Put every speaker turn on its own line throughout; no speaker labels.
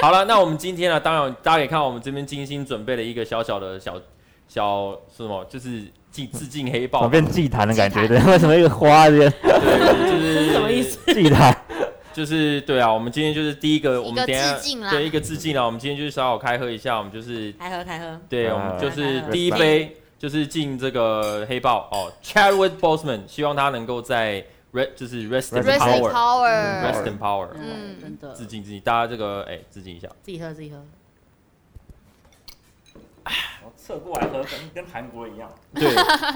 好了，那我们今天呢，当然大家可以看，我们这边精心准备了一个小小的小小是什么，就是致致敬黑
我
豹，
变祭坛的感觉，对，为什么一个花这 边
对，就是
什么意思？
祭坛？
就是对啊，我们今天就是第一个，我
一
们
个
等一下
致敬啦
对一个致敬啦，我们今天就是稍好开喝一下，我们就是
开喝开喝，
对，
啊
我们就是
啊
第一杯就是敬这个黑豹哦，Chadwick Boseman，希望他能够在 rest 就是 rest in
Rest in
Rest
power，rest
in Power，
Power
in power，
嗯，真的，
致敬致敬，大家这个哎致敬一下，
自己喝自己喝，
我侧过来喝，跟跟韩国一样。
对，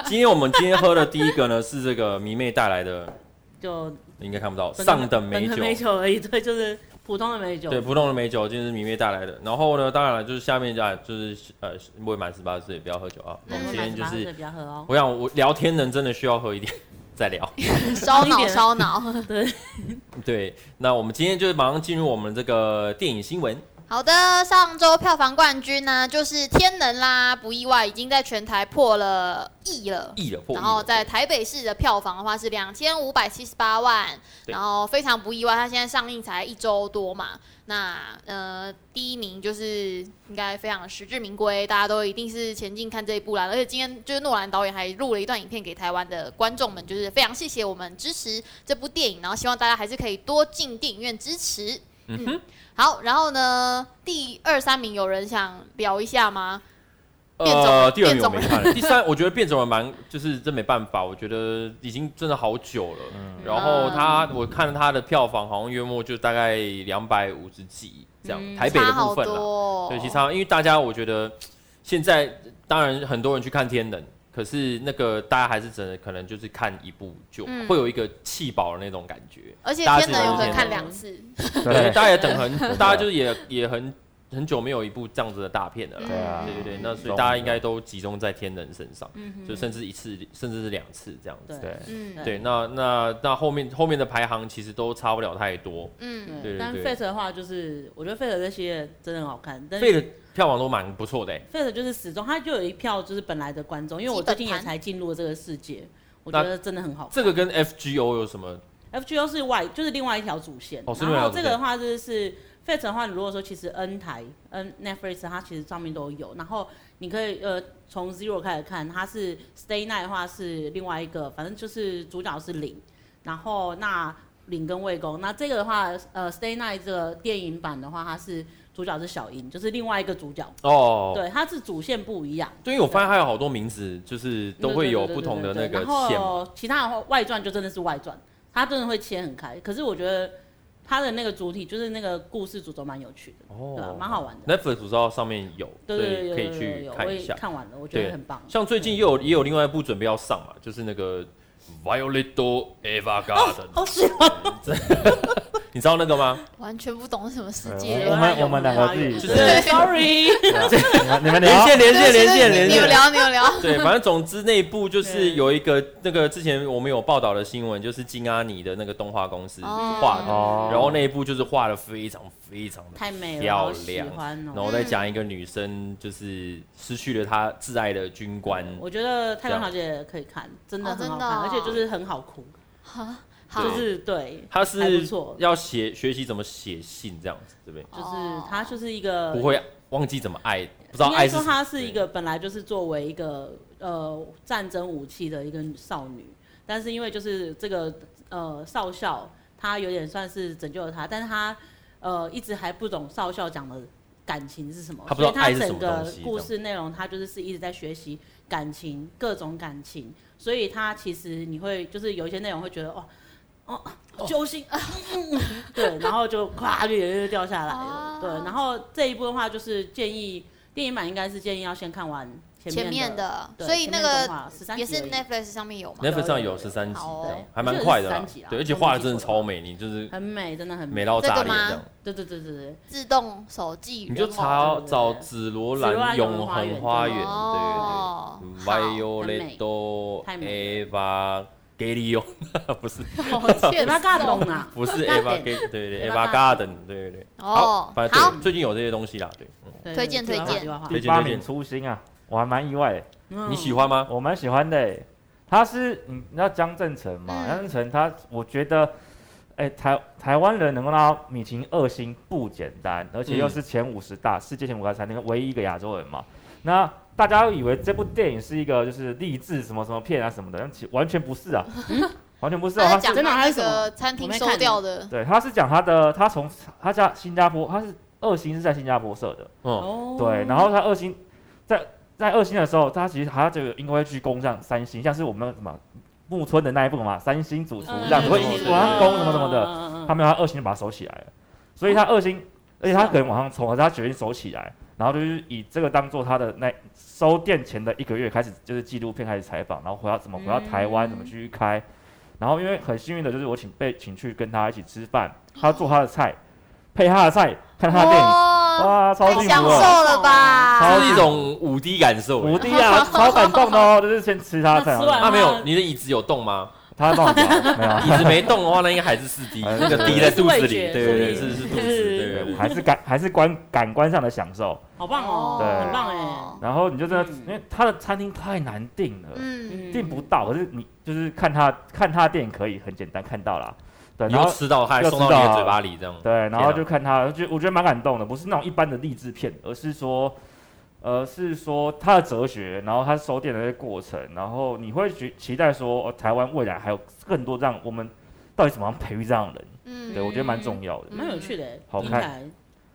今天我们今天喝的第一个呢是这个迷妹带来的，
就
应该看不到
本
上等美
本
酒
藤，美酒而已， 对，就是普通的美酒，
对，普通的美酒，今天是迷妹带来的。然后呢，当然了，就是下面啊，就是呃未满十八岁不要喝酒啊。我
嗯
我
们
们
今
买
天
什
就
么
是
喝，比较喝哦。
我想我聊天人真的需要喝一点 再聊。
烧
一
脑
点
烧脑。
对，那我们今天就马上进入我们这个电影新闻。
好的，上周票房冠军呢就是《天能》啦，不意外，已经在全台破了亿了。
亿了破亿了，
然后在台北市的票房的话是两千五百七十八万，
对
然后非常不意外，它现在上映才一周多嘛。那呃，第一名就是应该非常的实至名归，大家都一定是前进看这一部啦。而且今天就是诺兰导演还录了一段影片给台湾的观众们，就是非常谢谢我们支持这部电影，然后希望大家还是可以多进电影院支持。
嗯哼，
好，然后呢，第二三名有人想聊一下吗？变种
呃，
人
第二名我
嗯变种
没看，第三我觉得变种人蛮，就是真没办法，我觉得已经真的好久了。
嗯
嗯
然后他，我看他的票房好像约莫就大概两百五十几这样，
嗯
台北的
差
部
好
分
多
啦。
哦、
对，其实差，因为大家我觉得现在当然很多人去看天能，可是那个大家还是真的可能就是看一部就、
嗯
会有一个气饱的那种感觉。
而且
大家
天能
自己
有可
去
能
看
看
吧
两次。
对，
对
大家也等很，大家就是也也很很久没有一部这样子的大片了啦。
嗯
对啊，
对对对，那所以大家应该都集中在天人身上，
嗯哼
就甚至一次，甚至是两次这样子。
对，
嗯
对，那那那后面后面的排行其实都差不了太多，
嗯，
对对
但
对
Fate 的话，就是我觉得 Fate 这些真的很好看，但是
费的票房都蛮不错的欸。
Fate 就是始终它就有一票就是本来的观众，因为我最近也才进入了这个世界，我觉得真的很好看。
这个跟 FGO 有什么？
FGO 是外就是另外一条主线，
哦是另外一条
然后
主线
这个的话就是 Fate 的话，你如果说其实 N 台 N Netflix 它其实上面都有，然后你可以呃从 Zero 开始看，它是 Stay Night 的话是另外一个，反正就是主角是领，然后那领跟魏公，那这个的话呃 Stay Night 这个电影版的话，它是主角是小樱，就是另外一个主角，
哦，
对，它是主线不一样。
对，因为我发现还有好多名字，就是都会有不同的那个
对对对对对对
线
然。后其他的话，外传就真的是外传，它真的会切很开。可是我觉得它的那个主体就是那个故事主轴蛮有趣的，对吧、蛮
哦
好玩的。
，Netflix 主要上面有，
对
所
对对
以可
对
以
对对
去
对，
看
我
一
也
下。
看完了，我觉
对
得很棒。
像最近也有也有另外一部准备要上嘛，就是那个 Violet Eva Garden，
哦，是吗？
你知道那个吗？
完全不懂是什么世
对
界。
啊
我们我们两个自
就是
己，
对，sorry，
你们你们
连
聊，
线连
对
线
对
连
对
线
你
连
你有
线。
聊，你有 聊。
对，反正总之那一部就是
对
有一个那个之前我们有报道的新闻，就是金阿尼的那个动画公司
哦
画的，
哦
然后那一部就是画的非常非常的
太美了，
漂
哎好喜
亮，
欢
然
哦。
后再讲一个女生就是失去了她挚爱的军官，
我觉得《太空小姐》可以看，真的
哦
很
真
好
的
看，
哦
而且就是很好哭，
好，
就是对，
她
还
是
不错
要写学习怎么写信这样子，对不对？
就是它就是一个
不会忘记怎么爱，不知道
哦应
爱
该
是
说
什么
她是一个本来就是作为一个呃战争武器的一个少女，但是因为就是这个呃少校，他有点算是拯救了她，但是他呃一直还不懂少校讲的感情是什么，
她不知道
所以他
爱是什么
整
东
个
西
故事内容他就是是一直在学习感情各种感情，所以他其实你会就是有一些内容会觉得哦。哦，揪心， 对，然后就咵就眼泪就掉下来了
啊，
对，然后这一部的话就是建议电影版应该是建议要先看完
前
前
面
面的，
的，
对
所以那个
13
也
集
是
而已
Netflix 上面有嘛？
Netflix 上有
有
十三集，
好哦
对，
还蛮快的
我
啦
记得是13集，啊
对，而且画的真的超美，你就是
很美，真的很
美
美，
到炸
这
裂
个吗
这样。
对对对对对，
自动手记
你
人偶，
就查
对对对
找紫罗
紫罗
兰
兰
永
永恒
恒花
花
园，
园
对对
哦好
对，Violet
太美
Eva Galio，不 是
抱
对，
歉
那大懂啦，
不是
Garden
Eva Gal，对对
Eva
Eva Garden，对对对，
哦
反正
好
对最近有这些东西啦，对，嗯
对
推荐
对对
推荐
计划化
对
第八名初心啊，我还蛮意外的，
嗯
你喜欢吗？
我蛮喜欢的欸。他是你知道江正成嘛？
嗯
江正成他，我觉得，哎、台台湾人能够拿到米其林二星不简单，而且又是前五十大、世界前五十大餐厅唯一一个亚洲人嘛。那大家都以为这部电影是一个就是励志什么什么片啊什么的，但其完全不是 啊，完全不是哦、
他
啊
在。讲
真的
他
还
那
是什么
个餐厅
我没
收
看
掉的，
对，他是讲他的，他从他家新加坡，他是二星是在新加坡设的，
嗯，
哦
对，然后他二星在在二星的时候，他其实他就应该会去攻上三星，像是我们什么木村的那一部嘛，三星主厨
嗯
这样子会一直往上攻什么什么的，
的
他没有，他二星就把他收起来了，所以他二星，而且他可能往上冲，可是他决定收起来，然后就是以这个当做他的那收店前的一个月开始，就是纪录片开始采访，然后回到怎么回到台湾，
嗯
怎么去开，然后因为很幸运的就是我请被请去跟他一起吃饭，他做他的菜，配他的菜，看他的电影，
哇，
哇，超
太
幸
享
福
啊
受
了，
了吧？
它
超
是一种五 D 感受欸。
无敌啊，超感动的 哦，就是先吃他的菜，
那吃完
那没有，你的椅子有动吗？
他帮我夹，没有 啊。
椅子没动的话，那应该还是四 D，
哎
那个
对
D 在肚子里，对
是味觉
对对，
是
是
味觉
是肚子，对对
还是感还是观感官上的享受，
好棒哦，
对
很棒哎，
然后你就真的，
嗯
因为他的餐厅太难定了，
嗯，
嗯
订不到，可是你就是看他看他的电影可以很简单看到啦，对，
你
然
又
后
吃到，它还
又
送到啊
吃到
你的
了
嘴巴里，这样。
对，然后
天啊
就看他，就我觉得蛮感动的，不是那种一般的励志片，而是说，呃，是说他的哲学，然后他收店的这个过程，然后你会觉期待说、哦台湾未来还有更多这样，我们到底怎么样培育这样的人？
嗯
对我觉得蛮重要的，
嗯
蛮有趣的哎，
好
听
看
起来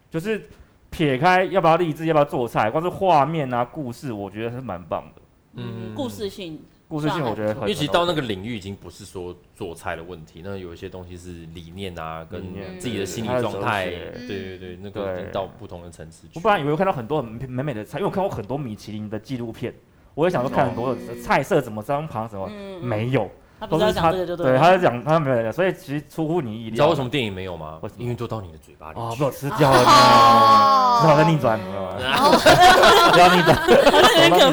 就是撇开要不要励志，要不要做菜，光是画面啊、故事，我觉得是蛮棒的，
嗯
嗯，故事性
故事性我觉得
是
很，
啊
因为其实到那
个
个领域已经不是说做菜的问题，那有一些东西是理念啊，跟
理念
自己的心理
对
状态
还有哲，
对
学
对对，那个已经
对
到不同的层次去。
我本来以为我看到很多很美美的菜，因为我看过很多米其林的纪录片，我也想说看很多的菜色怎么张旁什么，
嗯，嗯，
没有，
他不
都
是要
是他
讲这个就
对，
了，
他在讲他没有讲，所以其实出乎你意
你知道
料
为什。么电影没有吗
为什？么
因为都到你的嘴巴里
哦，
去
被我吃掉了呢，
哦
只好再逆转了，不要逆转，
有点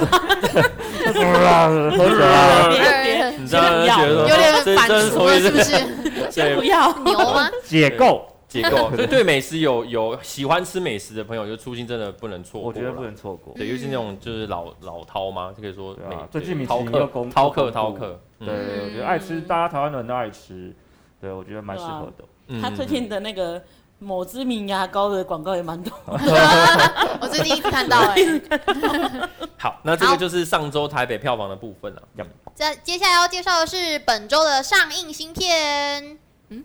可怕，
喝水啊，
嗯
你知道就觉得
有
说
点
这
反
这
刍
所
了，
以
是不
是
是？
先不
对
要，
牛吗？
解构，
结构，所以 对美食有有喜欢吃美食的朋友，就初心真的不能错过
我
啦。
觉得不能错过。
对，尤其是那种就是老老饕嘛，就可以说
对啊
美
最近米其
饕
林又
客
公
饕客
又公
饕
布
客，
对，
嗯
我觉得爱吃，大家台湾人都爱吃，对我觉得蛮适合的。
嗯
他最近的那个某知名牙膏的广告也蛮多，
我最近一直看到哎、
嗯好，那这
好
个就是上周台北票房的部分啊了。
再接下来要介绍的是本周的上映新片，嗯，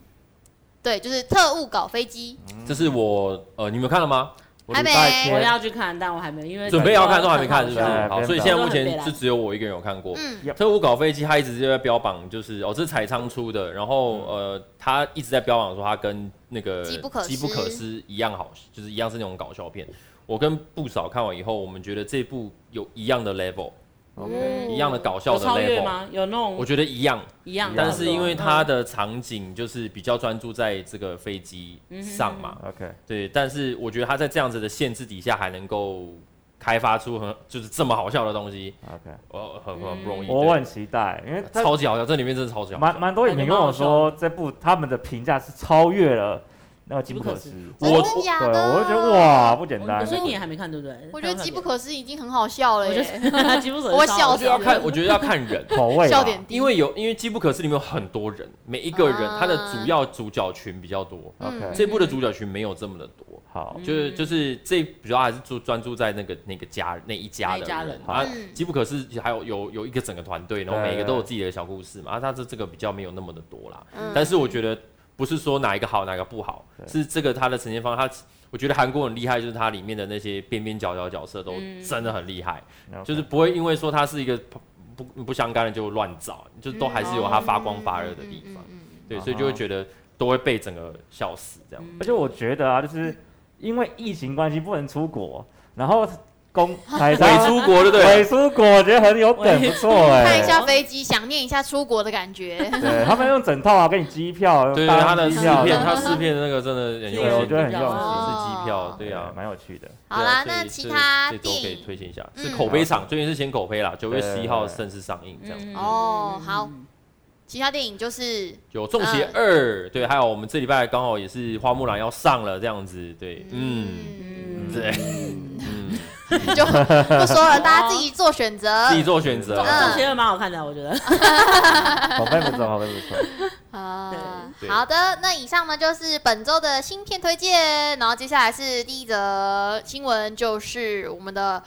对，就是《特务搞飞机
这是我呃，你们有看了吗？
我
还
礼
没
拜
我
天
要去看，但我还没有，因为
准备要看都还没看，是不是
对还？没
好，
看
所以现在
到
目前
我
就只有我一个人有看》。过。
嗯，
特务搞飞机，它一直就在标榜，就是哦，这是彩仓出的，然后
嗯
呃，它一直在标榜说它跟那个
机不可失
机不可失一样好，就是一样是那种搞笑片。我跟不少看完以后，我们觉得这部有一样的 level，
啊
哦
一样的搞笑
嗯有
的
超越
level，
吗？有那
我
种
觉得一样。
一样的，
但是因为它
嗯
的场景就是比较专注在这个飞机上嘛，
嗯
，OK，
对，但是我觉得他在这样子的限制底下，还能够开发出很就是这么好笑的东西，
OK，
呃，很很不容易。
我
嗯
对
很期待，因为他
超级好笑，这里面真的超级好
蛮
笑。
蛮多影评跟我说，这部他们的评价是超越了那个《机不可失》，
我
哎真的
对，
假的？
我就觉得，哇，不简单，
所。以你也还没看对不对？
我觉得机不可失已经很好笑了欸
我
耶
就， 是机不可失，
我笑
我觉得要
死
看，我觉得要看人
口味啊啦
笑点低，
因为有因为《机不可失》里面有很多人，每一个人
啊
他的主要主角群比较多，
嗯
OK
这部的主角群没有这么的多。
好，
就是就是这比较还是专专注在那个那个家那一家
那
的
一家人
啊
嗯，
机不可失还有有有一个整个团队，然后
对
每一个都有自己的小故事嘛，啊，他这这个比较没有那么的多啦，
嗯
但是我觉得不是说哪一个好哪个不好，
对
是这个它的呈现方，它我觉得韩国很厉害，就是它里面的那些边边角角角色都
嗯
真的很厉害，
OK
就是不会因为说它是一个不不不相干的就乱找，就都还是有它发光发热的地方，
嗯嗯嗯
对，
嗯
所以就会觉得都会被整个笑死这样。
而且我觉得啊，就是因为疫情关系不能出国，然后 公台
伪
商
出国对不对？
伪出国，我觉得很有梗，
伪
不错
嗯看
哎
一。下飞机，想念一下出国的感 觉。
对他们用整套啊，给你机票，
对对，
大
他的
机
试
票
片，他试片的那个真的很用
对
心，
我觉得很用心
是机票，对
对
啊
啊，。蛮有趣的。
哦好
对
啦
啊，
那
所以
其
这
他
这周可
电
以
影
推荐一下，是
嗯
口碑场，最近是先口碑啦，九月
对
十一
对
号
对
正式上映这样。
嗯
哦好其他电影就是
有《中邪二》，对，还有我们这礼拜刚好也是《花木兰》要上了，这样子，对，嗯，
嗯
嗯
对，嗯，
就不说了，大家自己做选择
自。己做选择
嗯。
呃
这些蛮好看的，我觉得。
好分不错，好分不错。
啊，
对
好的，那以上呢就是本周的新片推荐，然后接下来是第一则新闻，就是我们的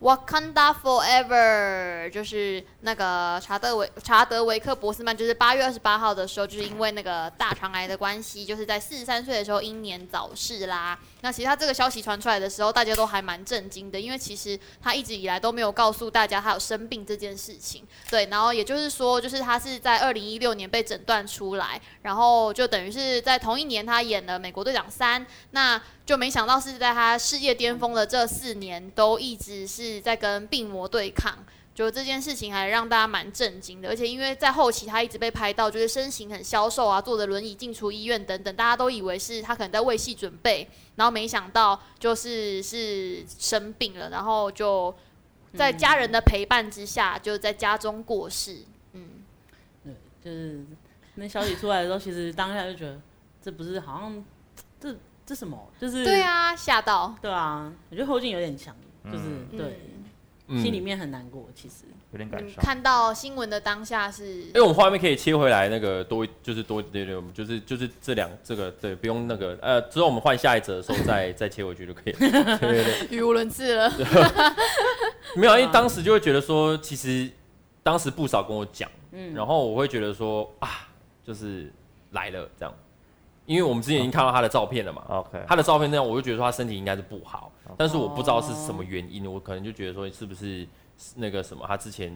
《Wakanda Forever》，就是那个查德维查德维克博斯曼，就是八月二十八号的时候，就是因为那个大肠癌的关系，就是在四十三岁的时候英年早逝啦。那其实他这个消息传出来的时候，大家都还蛮震惊的，因为其实他一直以来都没有告诉大家他有生病这件事情。对，然后也就是说，就是他是在二零一六年被诊断出来，然后就等于是在同一年他演了《美国队长三》，那就没想到是在他事业巅峰的这四年都一直是在跟病魔对抗。就这件事情还让大家蛮震惊的，而且因为在后期他一直被拍到，就是身形很消瘦啊，坐着轮椅进出医院等等，大家都以为是他可能在为戏准备，然后没想到就是是生病了，然后就
嗯
在家人的陪伴之下，就在家中过世。嗯，
就是那消息出来的时候，其实当下就觉得这不是好像这这什么，就是
对，啊，吓到，
对啊，我觉得后劲有点强，就是、
嗯、
对，
嗯
心里面很难过。其实
有点感
嗯
伤。
看到新闻的当下是
因为我们画面可以切回来，那个多一就是多对对，我们就是就是这两这个对，不用那个呃，之后我们换下一则的时候再 再切回去就可以了。对 对对，
语无伦次了。
没有啊，因
啊
为当时就会觉得说，其实当时不少跟我讲，
嗯
然后我会觉得说啊，就是来了这样，因为我们之前已经看到他的照片了嘛，
OK，
他的照片那样，我就觉得说他身体应该是不好
哦，
但是我不知道是什么原因，我可能就觉得说哎是不是那个什么，他之前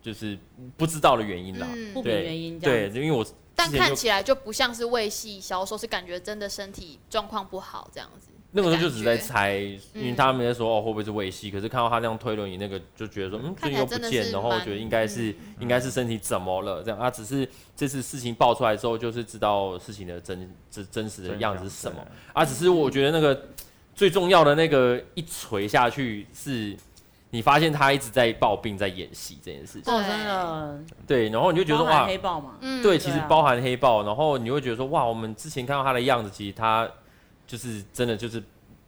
就是不知道的原因啦。
嗯
不，明原因这
对，
样，
因为我
但
之前
看
就
起来就不像是为戏消瘦，是感觉真的身体状况不好这样子。
那个时候就只在猜，
嗯
因为他们在说哦会不会是胃系，可是看到他那样推轮椅，那个就觉得说嗯最
看起
近
来
又不
真的
见，
是
然后
蛮嗯
觉得应该是、应该是身体怎么了这样，啊只是这次事情爆出来之后，就是知道事情的真真真实的样子是什么，啊只是我觉得那个最重要的那个一锤下去是。你发现他一直在抱病，在演戏这件事情，
对
哦，真的，
对，然后你就觉得
包
哇
含，黑豹嘛，
嗯，
对，其
对
实
啊
包含黑豹，然后你会觉得说，哇，我们之前看到他的样子，其实他就是真的就是，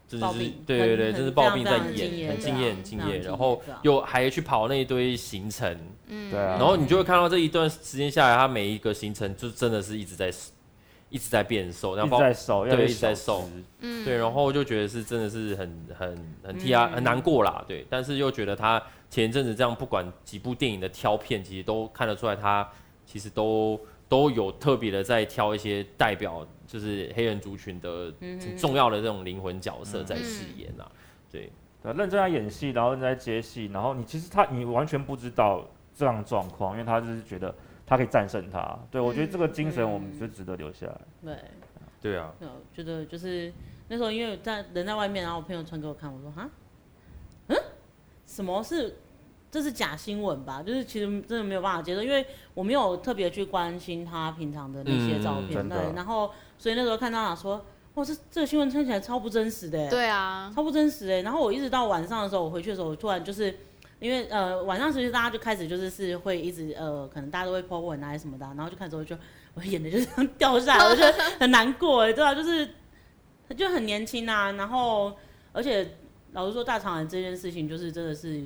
真的
暴
是
病
对
很
对对，
很
就是暴病
非
在
常非常敬
演，
业
很敬
对
业
啊
很敬
非常
业，
敬
然
业
后
对啊
又还去跑那一堆行程，
嗯
对啊
然后你就会看到这一段时间下来，他每一个行程就真的是一直在一直在变瘦，然
一
后
直
包
在瘦，要
对一直在瘦，
嗯
对，然后就觉得是真的是很很很替他很
嗯
难过啦，对，但是又觉得他前一阵子这样不管几部电影的挑片，其实都看得出来他其实都都有特别的在挑一些代表就是黑人族群的
嗯
很
哼，
重要的这种灵魂角色在饰演啊，对，
对，认真在演戏，然后认真在接戏，然后你其实他你完全不知道这样的状况，因为他就是觉得他可以战胜他。对我觉得
嗯
这个精神，我们就值得留下来。
对，
对啊，
对我觉得就是那时候因为在人在外面，然后我朋友传给我看，我说哈，嗯，嗯什么是？这是假新闻吧？就是其实真的没有办法接受，因为我没有特别去关心他平常的那些照
嗯
片，
真的
对，然后所以那时候看到他说，哇，这这个新闻看起来超不真实的欸，
对啊，
超不真实哎、然后我一直到晚上的时候，我回去的时候，我突然就是因为呃晚上其实大家就开始就是是会一直呃，可能大家都会 po 文啊什么的啊、然后就看之后就我眼泪就这样 掉下来，我觉得很难过哎、对啊，就是就很年轻啊，然后而且老实说，大肠癌这件事情就是真的是。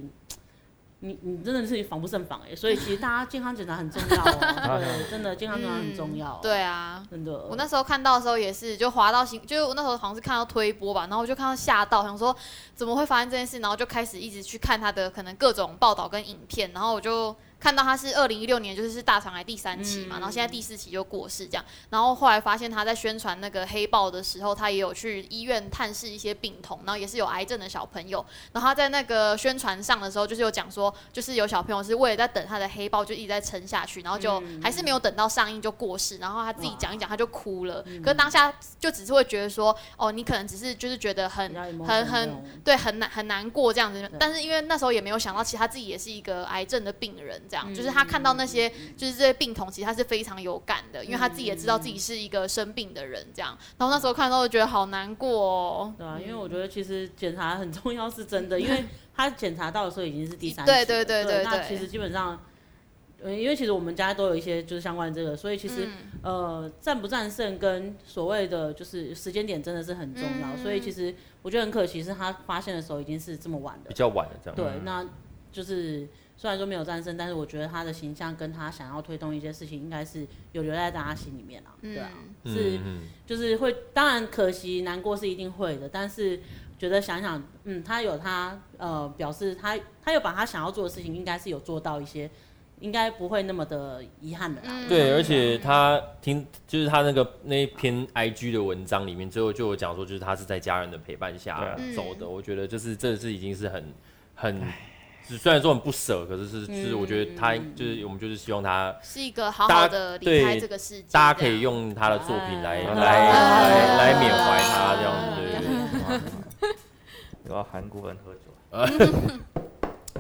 你你真的是防不胜防哎、所以其实大家健康检查很重要哦、对，真的健康检查很重要、哦
嗯，对啊，
真的。
我那时候看到的时候也是，就滑到新，就是我那时候好像是看到推播吧，然后我就看到吓到，想说怎么会发生这件事，然后就开始一直去看他的可能各种报道跟影片，然后我就看到他是二零一六年就是大肠癌第三期嘛，
嗯
然后现在第四期就过世这样，然后后来发现他在宣传那个黑豹的时候，他也有去医院探视一些病童，然后也是有癌症的小朋友，然后他在那个宣传上的时候，就是有讲说，就是有小朋友是为了在等他的黑豹，就一直在撑下去，然后就还是没有等到上映就过世，然后他自己讲一讲，他就哭了。可是当下就只是会觉得说，哦，你可能只是就是觉得很
比较 emotional
很很
这种
对，很难很难过这样子
对。
但是因为那时候也没有想到，其实他自己也是一个癌症的病人，这样、就是他看到
嗯
那些就是这些病童，其实他是非常有感的，因为他自己也知道自
嗯
己是一个生病的人，这样。然后那时候看到就觉得好难过哦。
对啊，因为我觉得其实检查很重 要是真的，因为他检查到的时候已经是第三期
对
了，
对对对
那
对
其实基本上呃，因为其实我们家都有一些就是相关这个，所以其实、
嗯
呃战不战胜跟所谓的就是时间点真的是很重要，
嗯
所以其实我觉得很可惜是他发现的时候已经是这么晚了
比。较晚了这样。
嗯
对，那就是虽然说没有战胜，但是我觉得他的形象跟他想要推动一些事情，应该是有留在大家心里面啊。对啊，
嗯
是
嗯
就是会，当然可惜难过是一定会的，但是觉得想想，嗯，他有他呃表示他他有把他想要做的事情，应该是有做到一些，应该不会那么的遗憾的啦。
嗯
对，而且他听就是他那个那一篇 IG 的文章里面，最后就有讲说，就是他是在家人的陪伴
对
下
啊
走的。我觉得就是这是已经是很很，虽然说很不舍，可是是就是我觉得他
嗯
就是我们就是希望他
是一个好好的离开这个世界，
大家可以用他的作品来
嗯
哎
嗯来
嗯
来来缅怀他这样子。
哎
对对对
有要韩国人喝酒，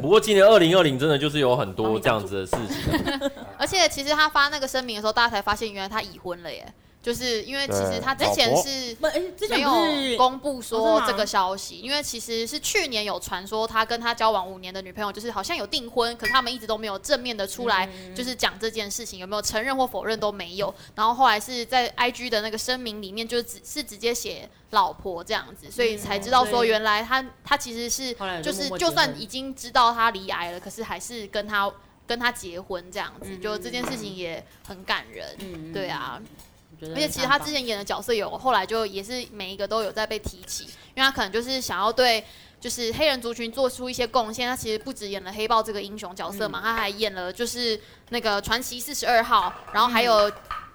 不过今年二零二零真的就是有很多这样子的事情啊，
这样。而且其实他发那个声明的时候，大家才发现原来他已婚了耶，就是因为其实他之前是。
不，哎、之前
没
不
有
是
公布
哦真
说
的吗
这个消息，因为其实是去年有传说他跟他交往五年的女朋友，就是好像有订婚，可是他们一直都没有正面的出来，
嗯
就是讲这件事情有没有承认或否认都没有。然后后来是在 IG 的那个声明里面，就只是直接写老婆这样子，所以才知道
嗯所
说
以
原来他他其实是
后来有
就是
默默
就
结
算
婚
已经知道他离癌了，可是还是跟他跟他结婚这样子，
嗯
就这件事情也很感人。
嗯
对，啊，
我嗯觉得
而且其实他之前演的角色有，后来就也是每一个都有在被提起，因为他可能就是想要对就是黑人族群做出一些贡献。他其实不止演了黑豹这个英雄角色嘛，他还演了就是那个传奇四十二号，然后还有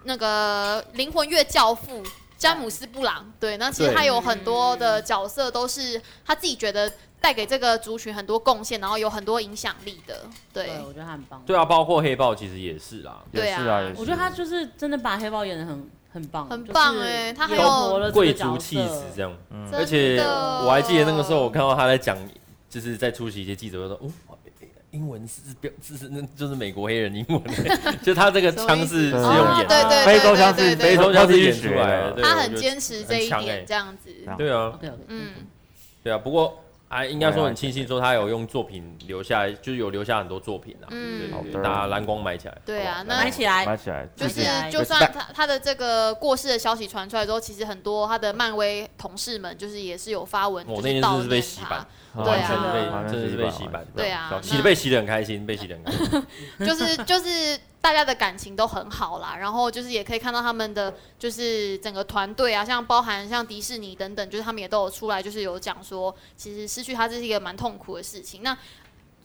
那个灵魂乐教父。詹姆斯·布朗，对，那其实
对
他有很多的角色都是他自己觉得带给这个族群很多贡献，然后有很多影响力的，对
对，我觉得他很棒。
对啊，包括黑豹其实也是啦，
对
也是啊
啊，
也是
我觉得他就是真的把黑豹演的很很棒，
很棒哎他还有
呃
贵族气质这
样。
样。
嗯
真，的
而且我还记得那个时候，我看到他在讲，就是在出席一些记者会说，哦，英文是标，是是那就是美国黑人英文， 就他这个腔是是
什么意思
用演
啊对
的，
对对
非洲像
对
是
对
非洲腔是演出
学
来的，
的，
对
他
我
很
就
坚持这一
很强欸
点，这样子。
对啊，
OK OK，嗯，
嗯，
对啊。不过啊，应该说很庆幸说他有用作品留下来，就是有留下很多作品啊，
嗯
对
好
对
的
对，大家蓝光买起来，
对啊
好不好
那
买起来，
买起来
就
自
是
己啊
来
就算他他的这个过世的消息传出来之后，其实很多他的漫威同事们就是也是有发文，
我
就
那天真
悼
的是被
念
洗
他
版，
对啊
完全
完
被真
全
的
是
是
被
被
洗
洗
版
版，
对啊
小
那
洗的被洗的很开心，被洗的很开 心。
就是就是大家的感情都很好啦，然后就是也可以看到他们的就是整个团队啊，像包含像迪士尼等等，就是他们也都有出来，就是有讲说，其实失去他这是一个蛮痛苦的事情。那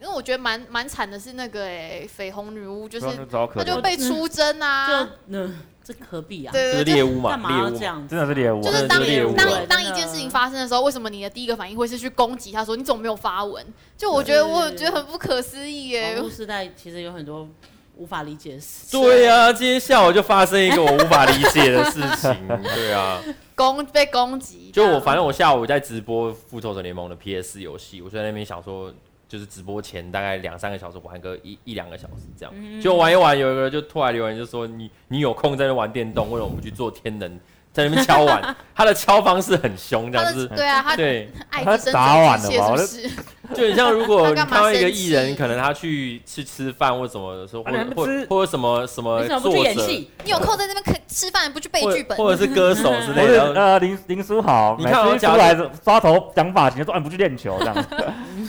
因为我觉得蛮蛮惨的是那个诶、绯红女巫，就
就是是找可
她就
怜，
被出征啊，
就嗯，这何必啊？
就是
对对对，
猎物嘛，
干嘛要
猎物
这
嘛。
样子？
真的是猎物
就
啊，
是当
就是猎物
当
对
当一
真的
件事情发生的时候，为什么你的第一个反应会是去攻击他说你怎么没有发文？就我觉得我
对
觉得很不可思议耶
网。络时代其实有很多无法理解的事情。
对啊，今天下午就发生一个我无法理解的事情。 对啊，
攻被攻击，
就我反正我下午在直播《复仇者联盟》的 PS 游戏，我就在那边想说，就是直播前大概两三个小时玩个一一两个小时这
嗯
样，就玩一玩，有一个人就突然留言就说你你有空在那玩电动，为什么不去做天能，在那边敲 碗？他的敲方式很凶，这
他
样
的
子。
对啊，他
对，
爱
他
之深
打晚
责
了吧
之切是
我
不？
就是
就很像如果
他
你
干嘛
看到一个
生气
艺人，可能他去去吃饭或什么的时候，或
啊你还
者
不
或
吃
或者什么什么
为什么不
作
去
者
演，戏？
你有空在那边看吃饭，不去背
或
剧本？
或者是歌手之
不
类
是
的，
呃林林书豪，
你
每
看我
次一
假
出
如
来抓头讲发型，就说哎不去练球这样，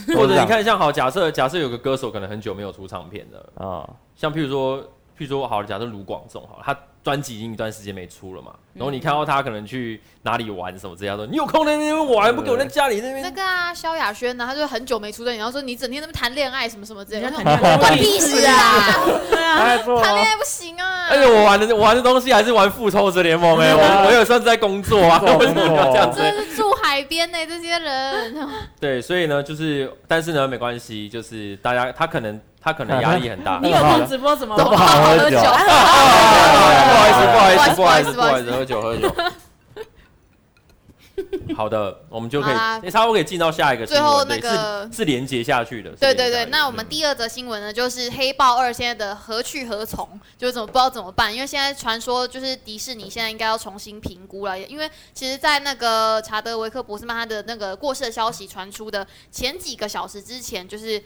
或者
这
你
样
看，像好，假设假设有个歌手可能很久没有出唱片了，
啊，
像譬如说，譬如说好，假设卢广仲好了，他专辑已经一段时间没出了嘛，然后你看到他可能去哪里玩什么这样说，你有空在那边玩，不给我在家里那
那
边。
个啊，萧亚轩呢，他就很久没出征，然后说你整天在那边谈恋爱什么什么之类的，
人家
我
谈恋爱
说关你屁事啊！
他在做
谈
啊
恋爱不行啊！
而且哎我玩的我玩的东西还是玩《复仇者联盟》哎，我我也算是在工作啊，
啊工作
为什么要这样子？
真的是住海边呢，这些人
对，所以呢，就是但是呢，没关系，就是大家他可能他可能压力 很大。
你有空直播怎么？
不好喝 酒
不好意思，不好意思，
不
不
好
好
意
意
思
思，
不
不
好
好
意
意思，喝酒喝酒。好的，我们就可以，
好啦
哎、差不多可以进到下一个新
最
闻。
后
对
那个
是是连接下去的。是嗯
对
连接下
对对，
去的
那我们第二则新闻呢，就是《黑豹二》现在的何去何从，就是怎么不知道怎么办，因为现在传说就是迪士尼现在应该要重新评估了，因为其实，在那个查德维克博士曼他的那个过世的消息传出的前几个小时之前，就是。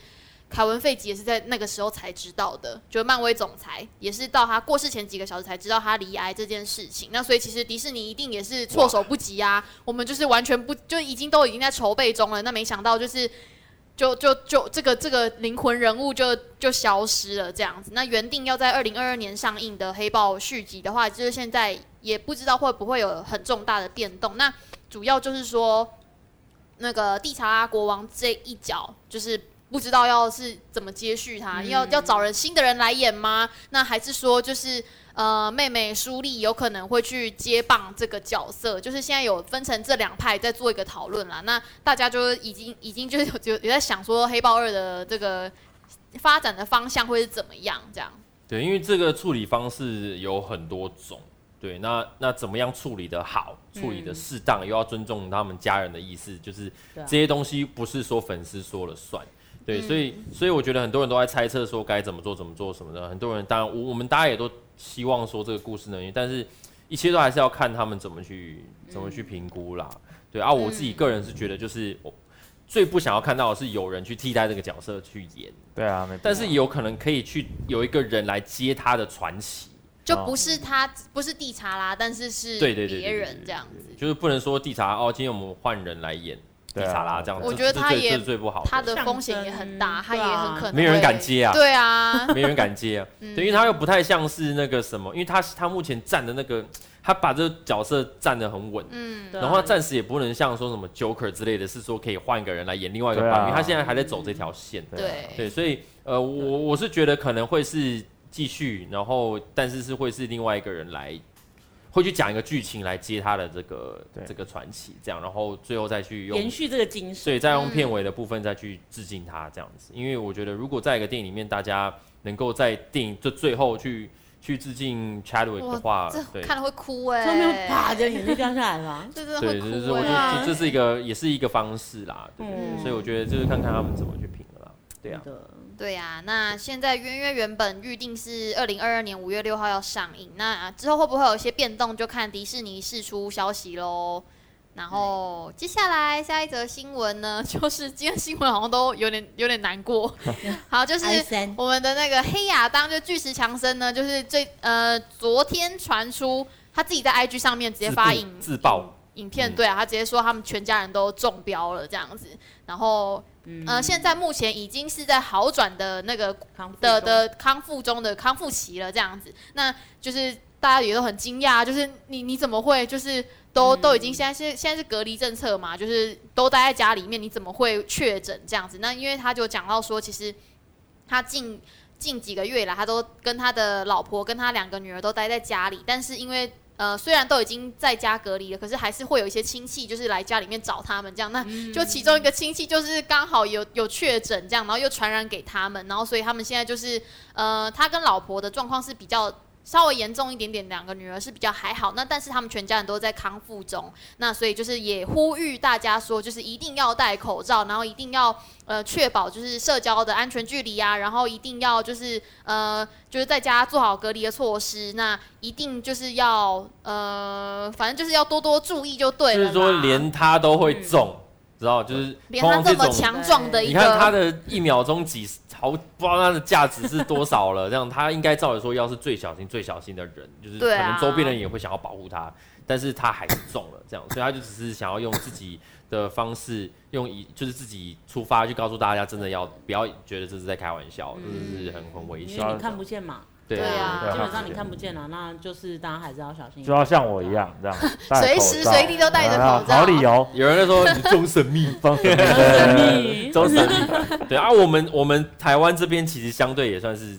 凯文·费吉也是在那个时候才知道的，就是漫威总裁也是到他过世前几个小时才知道他离癌这件事情。那所以其实迪士尼一定也是措手不及啊，我们就是完全不就已经都已经在筹备中了，那没想到就是。就就就这个这个灵魂人物就就消失了这样子。那原定要在二零二二年上映的《黑豹》续集的话，就是现在也不知道会不会有很重大的变动。那主要就是说，那个蒂查拉国王这一角，就是不知道要是怎么接续他，要要找人新的人来演吗？那还是说就是呃，妹妹舒丽有可能会去接棒这个角色，就是现在有分成这两派在做一个讨论啦。那大家就已经已经就是有有有在想说《黑豹二》的这个发展的方向会是怎么样这样。
对，因为这个处理方式有很多种。对，那那怎么样处理的好，处理的
嗯
适当，又要尊重他们家人的意思，就是
对啊
这些东西不是说粉丝说了算。对，所以
嗯
所以我觉得很多人都在猜测说该怎么做、怎么做什么的。很多人当然，我我们大家也都希望说这个故事能赢，但是一切都还是要看他们怎么去怎么去
嗯
评估啦。对啊，我自己个人是觉得，就是我最不想要看到的是有人去替代这个角色去演，
对啊，没必要
但是也有可能可以去有一个人来接他的传奇。
就不是他，不是蒂查拉，但是是
对对对对
别
对
人
对
这样子。
就是不能说地查哦，今天我们换人来演地
对啊
查啦，这样子，
我觉得
这
他
这
也
这是最不好的，
他的风险也很大，他
象征
也很可能
没有人
会
敢接啊
对啊，
没人敢接啊，对，因为他又不太像是那个什么，因为他他目前站的那个，他把这个角色站得很稳。
嗯，
对啊
然后他暂时也不能像说什么 Joker 之类的，是说可以换一个人来演另外一个
对
版，
啊
因为他现在还在走这条线。
对，
对，所以呃，我我是觉得可能会是继续，然后但是是会是另外一个人来，会去讲一个剧情来接他的这个
对
这个传奇，这样，然后最后再去用
延续这个精神。
所以再用
嗯
片尾的部分再去致敬他这样子，因为我觉得如果在一个电影里面，大家能够在电影这最后去去致敬 Chadwick 的话
哇，这，
对
看了会哭哎，
上面啪，就眼泪掉下来了。
这真的
对，
会
就是
哭
我觉
哎
得这这是一个也是一个方式啦，对对对
嗯
所以我觉得就是看看他们怎么去评了啦，对啊，
的，
对呀、那现在约约原本预定是二零二二年五月六号要上映，那、啊之后会不会有一些变动，就看迪士尼释出消息喽。然后接下来下一则新闻呢， 就是今天新闻好像都有点有点难 过。好，就是
哎
哀三
我们的那个黑亚当就巨石强森呢，就是最呃昨天传出他自己在 IG 上面直接发
自
影
自爆
影片，
嗯
对啊，他直接说他们全家人都中标了这样子，然后
嗯
呃，现在目前已经是在好转的那个
康复
的
中
的康复中的康复期了，这样子，那就是大家也都很惊讶，啊就是你你怎么会就是
嗯
都、都已经现在是现在是隔离政策嘛，就是都待在家里面，你怎么会确诊这样子？那因为他就讲到说，其实他近近几个月以来，他都跟他的老婆跟他两个女儿都待在家里，但是因为呃，虽然都已经在家隔离了，可是还是会有一些亲戚就是来家里面找他们这样。那就其中一个亲戚就是刚好有有确诊这样，然后又传染给他们，然后所以他们现在就是呃，他跟老婆的状况是比较稍微严重一点点，两个女儿是比较还好。那但是他们全家人都在康复中，那所以就是也呼吁大家说，就是一定要戴口罩，然后一定要呃确保就是社交的安全距离啊，然后一定要就是呃就是在家做好隔离的措施，那一定就是要呃反正就是要多多注意就对
就
了
是
啦。
说连他都会中，知道就是
连
通
他
常
这
这
么
种。
强壮的一
你
个，
看他的一秒钟几十好，不知道他的价值是多少了。这样他应该照理说，要是最小心、最小心的人，就是可
对啊
能周边人也会想要保护他，但是他还是中了，这样，所以他就只是想要用自己的方式，用以就是自己出发去告诉大家，真的要不要觉得这是在开玩笑，这是很很危
因
险
为
的。
你看不见嘛，
对
嗯对啊
基本
对啊
上你看不见了，那就是大家还是要小心一
就
点。
要像我一样这样，戴口
随
罩啊
时随地都戴着口罩。
好理由，
有人就说你中神秘，
封神
神
秘
秘
中神秘。对啊，我们我们台湾这边其实相对也算是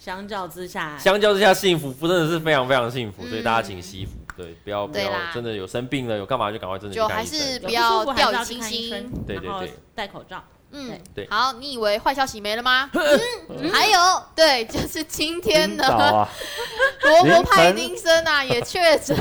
相较之下，
相较之下，幸福真的是非常非常幸福，
嗯
所以大家请惜福，对，不要不
对
要
啦
真的有生病了，有干嘛就赶快真的去
就
看医
还是
生。
有
不要
舒服还
掉
是
以轻
要去看医
心
生
对对
然后
对
戴口罩。
嗯，
对
好，你以为坏消息没 了吗？嗯，还有，对，就是今天
早
呢，
啊，
罗伯
凌
派
晨
丁森啊也确诊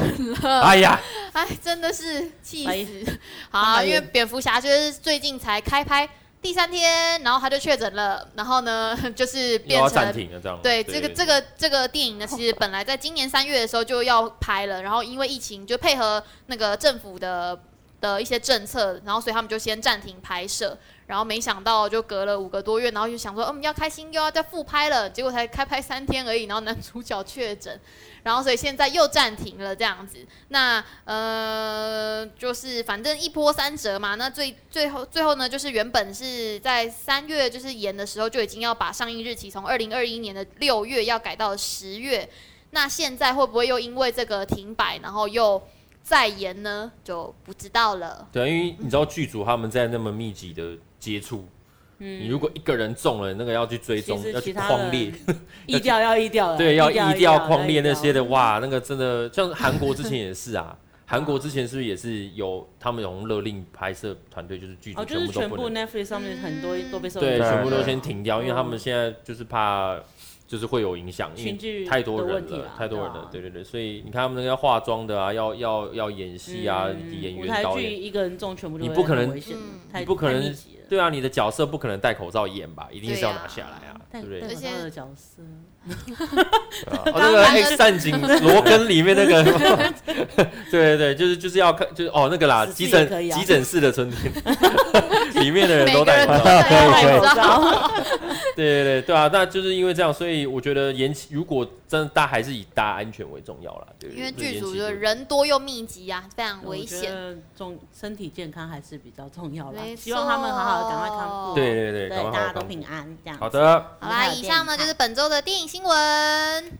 了，
哎呀，
哎，真的是气
哎
死。好，
哎
因为蝙蝠侠就是最近才开拍第三天，然后他就确诊了，然后呢， 就是
又
变
要
成
暂停了这样。
对，这个这个这个电影呢，其实本来在今年三月的时候就要拍了，然后因为疫情就配合那个政府的的一些政策，然后所以他们就先暂停拍摄。然后没想到就隔了五个多月，然后就想说，嗯，要开心又要再复拍了，结果才开拍三天而已，然后男 主角确诊，然后所以现在又暂停了这样子。那呃，就是反正一波三折嘛。那最最后最后呢，就是原本是在三月就是演的时候就已经要把上映日期从二零二一年的六月要改到十月，那现在会不会又因为这个停摆，然后又再延呢？就不知道了。
对，因为你知道剧组他们在那么密集的接触，你
嗯，
如果一个人中了，那个要去追踪
其，实
要
其
去
他
框
的
列，
意调要意调 了，
对，要
意
移调、框列
列
那些的，，哇，那个真的像韩国之前也是啊，韩国之前是不是也是有他们有勒令拍摄团队就是剧组
哦，就是
部都
全
不
部
能，
Netflix 上面很多
嗯
都被受
对，
对
全部都
对
先停掉，因为他们现在就是怕就是会有影响，因
嗯群
为
聚
太多
的
人
问题
了
啦，
太多人
对啊
了，对对对，所以你看他们那个要化妆的啊，要要要演戏啊，演
嗯舞
员
台
导
剧
演，
一个人中全部都
你
会
不可
很
能
危险的
嗯
太
你不可能
太密集了
对啊，你的角色不可能戴口罩演吧，一定是要拿下来啊，
戴
对不对
戴？
而
口
且
罩的角色，
哦，那个《X 战警》 罗根里面那个，对对对，就是就是要看，就是哦那个啦，
十四
急
也
诊、
可以啊
急诊室的春 天， 里面的人
每
都
个
戴
人
口
都
罩，
戴口罩。
对对对对啊，那就是因为这样，所以我觉得延期，如果真的大家还是以大家安全为重要啦，对，
因为
就是
剧
延
组
期
的
就
人多又密集啊，非常危
我觉
险。
得重身体健康还是比较重要啦
没。
希望他们好好地赶快康
错
复，
对对对，
对，
赶快
大家都
康复
平安这样。
好，的，
好啦，以上呢就是本周的电影新闻。